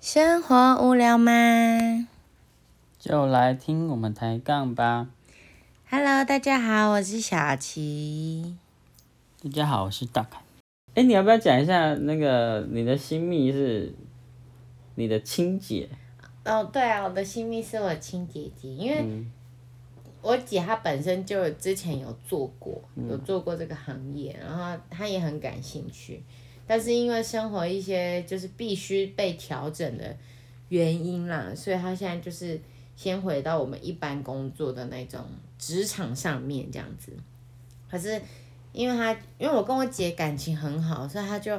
生活无聊吗就来听我们抬杠吧。 ？Hello，大家好，我是小琪。大家好，我是大凯。哎、你要不要讲一下那个你的新密是你的亲姐？哦，对啊，我的新密是我亲姐姐，因为我姐她本身就之前有做过，有做过这个行业，然后她也很感兴趣，但是因为生活一些就是必须被调整的原因啦，所以她现在就是先回到我们一般工作的那种职场上面这样子。可是因为她，因为我跟我姐感情很好，所以她就。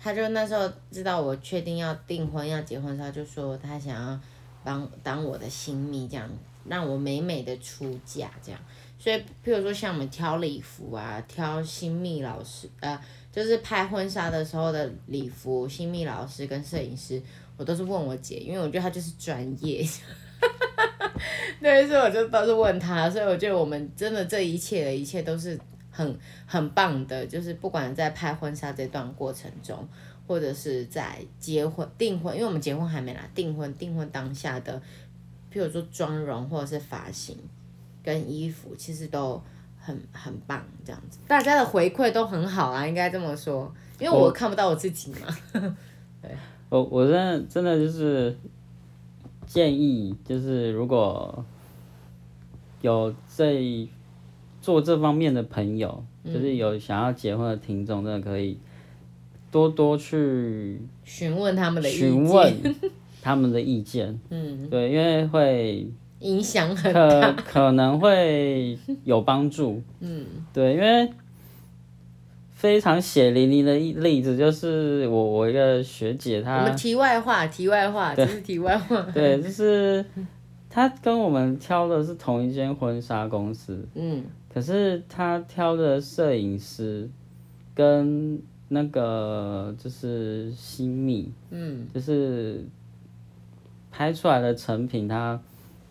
她就那时候知道我确定要订婚要结婚的时候，她就说她想要帮当我的新密，这样让我美美的出嫁这样。所以，譬如说像我们挑礼服啊，挑新密老师，呃，就是拍婚纱的时候的礼服，新密老师跟摄影师，我都是问我姐，因为我觉得她就是专业。 对，所以我就都是问她，所以我觉得我们真的这一切的一切都是很很棒的，就是不管在拍婚纱这段过程中，或者是在结婚订婚，因为我们结婚还没啦，订婚订婚当下的，譬如说妆容或者是发型跟衣服，其实都很很棒，这样子，大家的回馈都很好啊，应该这么说，因为我看不到我自己嘛，我我真的真的就是建议，就是如果有这做这方面的朋友，嗯就是有想要结婚的听众，真的可以多多去询问他们的意询见，问他们的 意见。嗯，对，因为会影响很可 可能会有帮助。嗯，对，因为非常血淋淋的一例子就是我我一个学姐我她，们题外话，题外话，这是题外话。对，就是她跟我们挑的是同一间婚纱公司，嗯，可是她挑的摄影师跟那个就是新密，嗯，就是拍出来的成品她。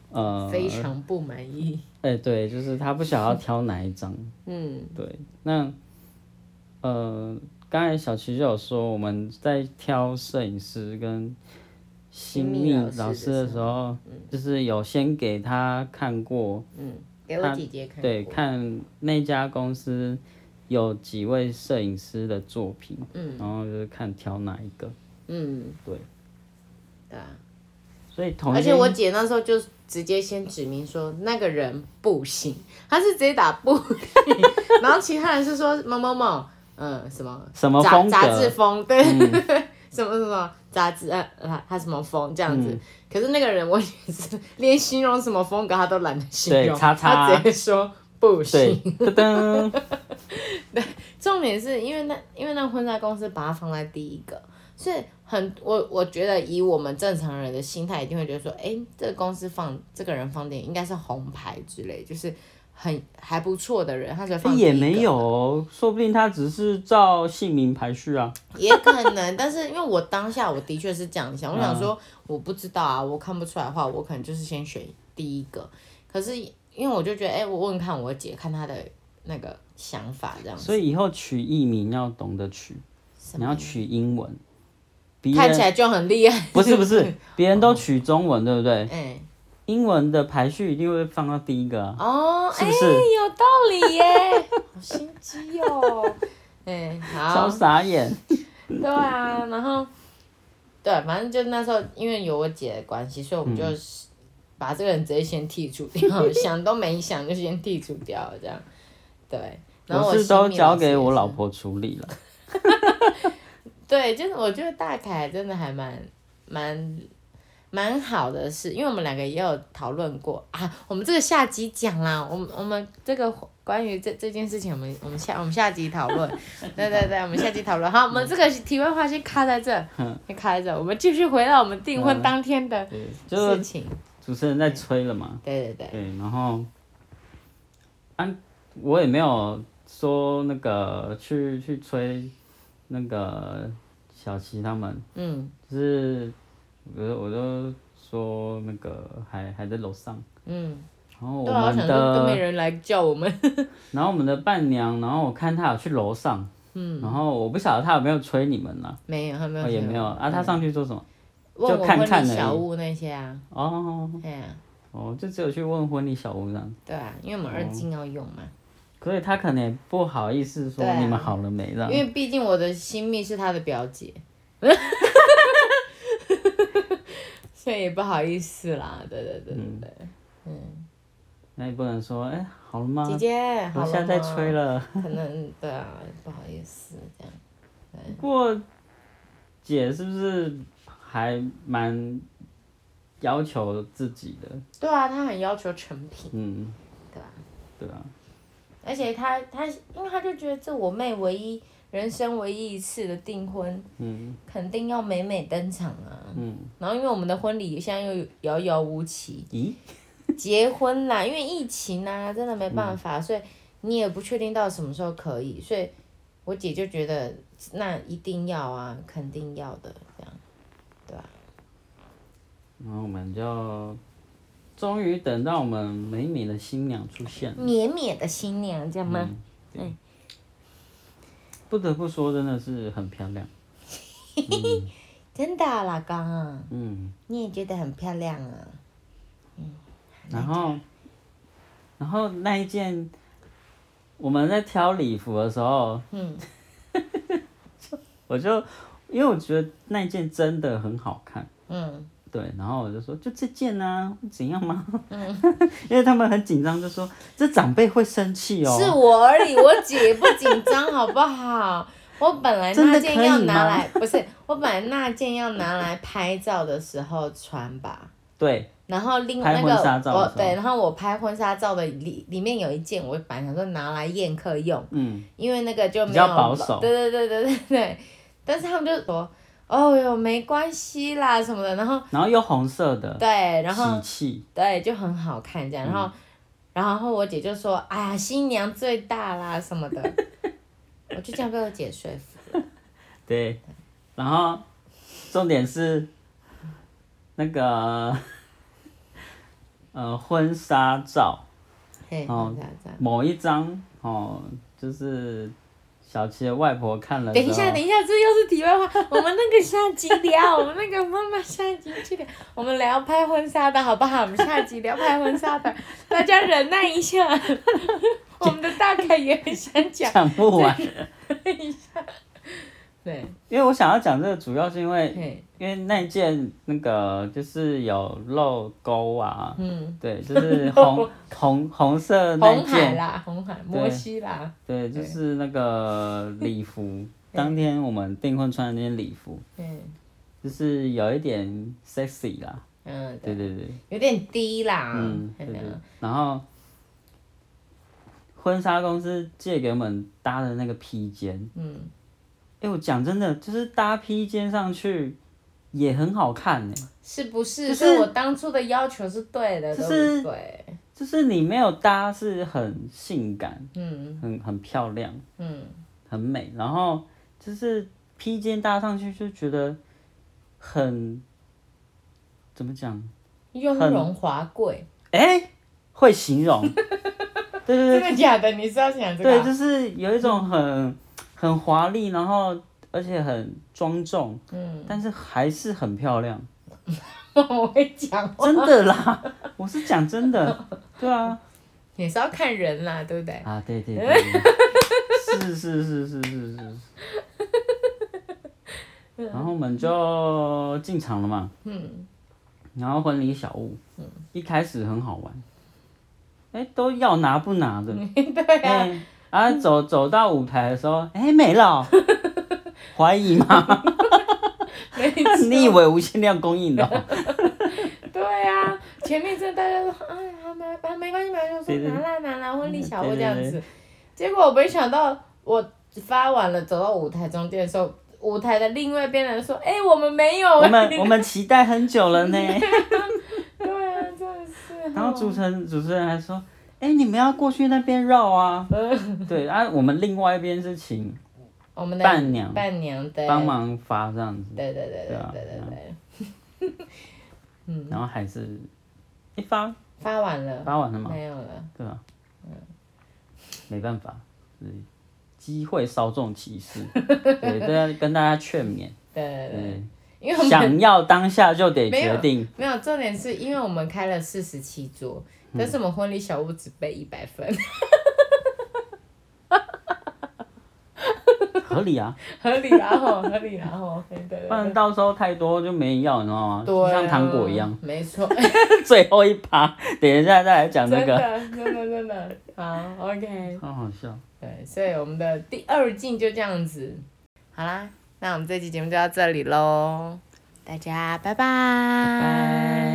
呃，非常不满意。哎、对，就是他不想要挑哪一张。嗯，对，那呃，刚才小齐就有说，我们在挑摄影师跟新密老师的时候，嗯就是有先给他看过，给我姐姐看。对，，看那家公司有几位摄影师的作品，嗯，然后就是看挑哪一个。嗯，对，对啊。所以同而一且我姐那时候就直接先指明说那个人不行，她是直接打不 行，然后其他人是说某某某，嗯，什么什么杂风格嗯杂志风，对，什么什么杂志，呃，他他什么风这样子。嗯可是那个人我也是 连形容什么风格他都懒得形容，对叉叉他直接说不对行。，噔 噔，重点是因为那因为那婚纱公司把它放在第一个，所以很我我觉得以我们正常人的心态，一定会觉得说，哎、这个公司放这个人放电影应该是红牌之类，就是很还不错的人，他才放第一个哎也没有哦，说不定他只是照姓名排序啊。也可能， 但是因为我当下我的确是这样想，我嗯想说我不知道啊，我看不出来的话，我可能就是先选第一个。可是因为我就觉得，哎、我问看我姐看她的那个想法这样子，所以以后取艺名要懂得取，什你要取英文。别看人起来就很厉 害，不是不哦是，别人都取中文，对不对？哎、英文的排序一定会放到第一个啊。哦，是哎、不是有道理耶， 好心机哦。哎、超好，傻眼。对啊，然后对，反正就那时候因为有我姐的关系，所以我们嗯就是把这个人直接先剔除掉， 想都没想就先剔除掉了，这样。对，然后我是新密都交老师也给我是老。婆处理了。对，就是我觉得大凯真的还蛮蛮蛮好的是，因为我们两个也有讨论过啊，我们这个下集讲啦，我们我们这个关于这这件事情我，们我们下我们下集讨 论，对对对，我们下集讨论。好，我们这个题外话先卡在这，嗯先卡在这，我们继续回到我们订婚当天的对，嗯就事是情。主持人在催了嘛。对对对，对，然后，啊，我也没有说那个去去催那个小齐他们，嗯就是我就我就说那个还还在楼上。嗯，然后我对啊，我们想说都的，没人来叫我们， 然后我们的伴娘，然后我看她有去楼上，嗯，然后我不晓得她有没有催你们啦、没有，还没有，哦也没有啊，她上去做什么？问啊就我看婚看礼而小已屋那些啊，哦哎呀，哦，就只有去问婚礼小屋长，对啊，因为我们哦二进要用嘛，所以他可能也不好意思说对啊你们好了没这样因。为毕竟我的新密是他的表姐， 所以也不好意思啦，对对对对对，那也不能说，哎、好了吗？姐姐，好楼了下在吹吗，了。可能对啊，不好意思这样，不过，姐是不是还蛮要求自己的？对啊，他很要求成品，嗯，对吧？对啊，而且他他，因为他就觉得这我妹唯一人生唯一一次的订婚，嗯肯定要美美登场啊。嗯。然后因为我们的婚礼现在又遥遥无期，咦，结婚啦，因为疫情啊，真的没办嗯法，所以你也不确定到什么时候可以，所以我姐就觉得那一定要啊，肯定要的这样。然后我们就终于等到我们美美的新娘出现了。绵绵的新娘这样吗？嗯不得不说，真的是很漂亮。真的、啊，老公啊，嗯，你也觉得很漂亮啊？然嗯后，然后那一件我们在挑礼服的时候，嗯，我就因为我觉得那一件真的很好看，嗯对，然后我就说就这件啊，会怎样吗？嗯 因为他们很紧张，就说这长辈会生气哦。是我而已，我姐也不紧张，好不好？我本来真那的件可以要拿吗来，不是，我本来那件要拿来拍照的时候穿吧。对，然后另拍那婚纱个照的我时候对，然后我拍婚纱照的里里面有一件，我本来想说拿来宴客用，嗯，因为那个就没有比较保守对对对对对对。但是他们就说，哦哟，没关系啦什么的，然后然后又红色的，对，然后喜气，对就很好看这嗯样，然后、然后我姐就说，哎呀，新娘最大啦什么的， 我就这样被我姐说服，对，然后重点是那个 呃婚纱照嘿，哦这样这样。某一张哦，就是小琪的外婆看了之等后，一下，等一下，这又是题外话。 我们那个下集聊，我们那个妈妈下集去聊，我们聊拍婚纱的好不好？我们下集聊拍婚纱的， 大家忍耐一下。 我们的大概也很想 讲讲不完，一下。对，因为我想要讲这个，主要是因为嘿，因为那一件那个就是有露沟啊，嗯，对，就是 红红红色那一红海件，啦，红海，摩西啦，对，对就是那个礼服，当天我们订婚穿的那件礼服。嗯就是有一点 sexy 啦，嗯，对对对，有点低啦，嗯，嘿对对啊。然后婚纱公司借给我们搭的那个披肩，嗯，哎、我讲真的，就是搭披肩上去也很好看呢、是不是？就是所以我当初的要求是对的，就对是不对？就是你没有搭是很性感，嗯很很漂亮，嗯，很美。然后就是披肩搭上去就觉得很怎么讲？雍很容华贵。哎、会形 容，对对对，真的假的？你是要讲这个对，啊？就是有一种很很华丽，然后而且很庄重，嗯，但是还是很漂亮，我会讲话，真的啦，我是讲真的，对啊，也是要看人啦，对不 对？啊，对对 对对，是是是是是是。然后我们就进场了嘛，嗯，然后婚礼小物，一开始很好玩，哎、都要拿不拿的， 对啊，哎、啊，走走到舞台的时候，哎、没了 哦、怀疑吗？没 你以为无限量供应的哦、 对啊，前面真的大家都哎呀，还没啊，没关系，没关系，我说拿啦拿啦，婚礼小屋这样嗯对子。结果我没想到，我发完了，走到舞台中间的时候，舞台的另外一边的人说：“哎，我们没有。”哎我们我们期待很久了呢。 对啊，真的是。然后主持人主持人还说：“哎、你们要过去那边绕啊。”嗯对啊，我们另外一边是请我们的伴娘伴娘对，帮，忙发这样子，对对对对对啊对对对，嗯然后还是一发发完了，发完了嘛，没有了，对吧、没办法，对，机会稍纵即逝。对，都要跟大家劝勉。对对对。对，因为我们想要当下就得没有决定，没有重点是因为我们开了四十七桌，嗯但是我们婚礼小屋只背一百分，合理啊， 合理啊 吼，合理啊吼，对 对对不然到时候太多就没人要，你知道吗？对啊，就像糖果一样，，没错，最后一趴，等一下再来 讲真这的个，真的真的好，OK，好好笑。对，所以我们的第二季就这样子，好啦，那我们这期节目就到这里喽，大家拜拜拜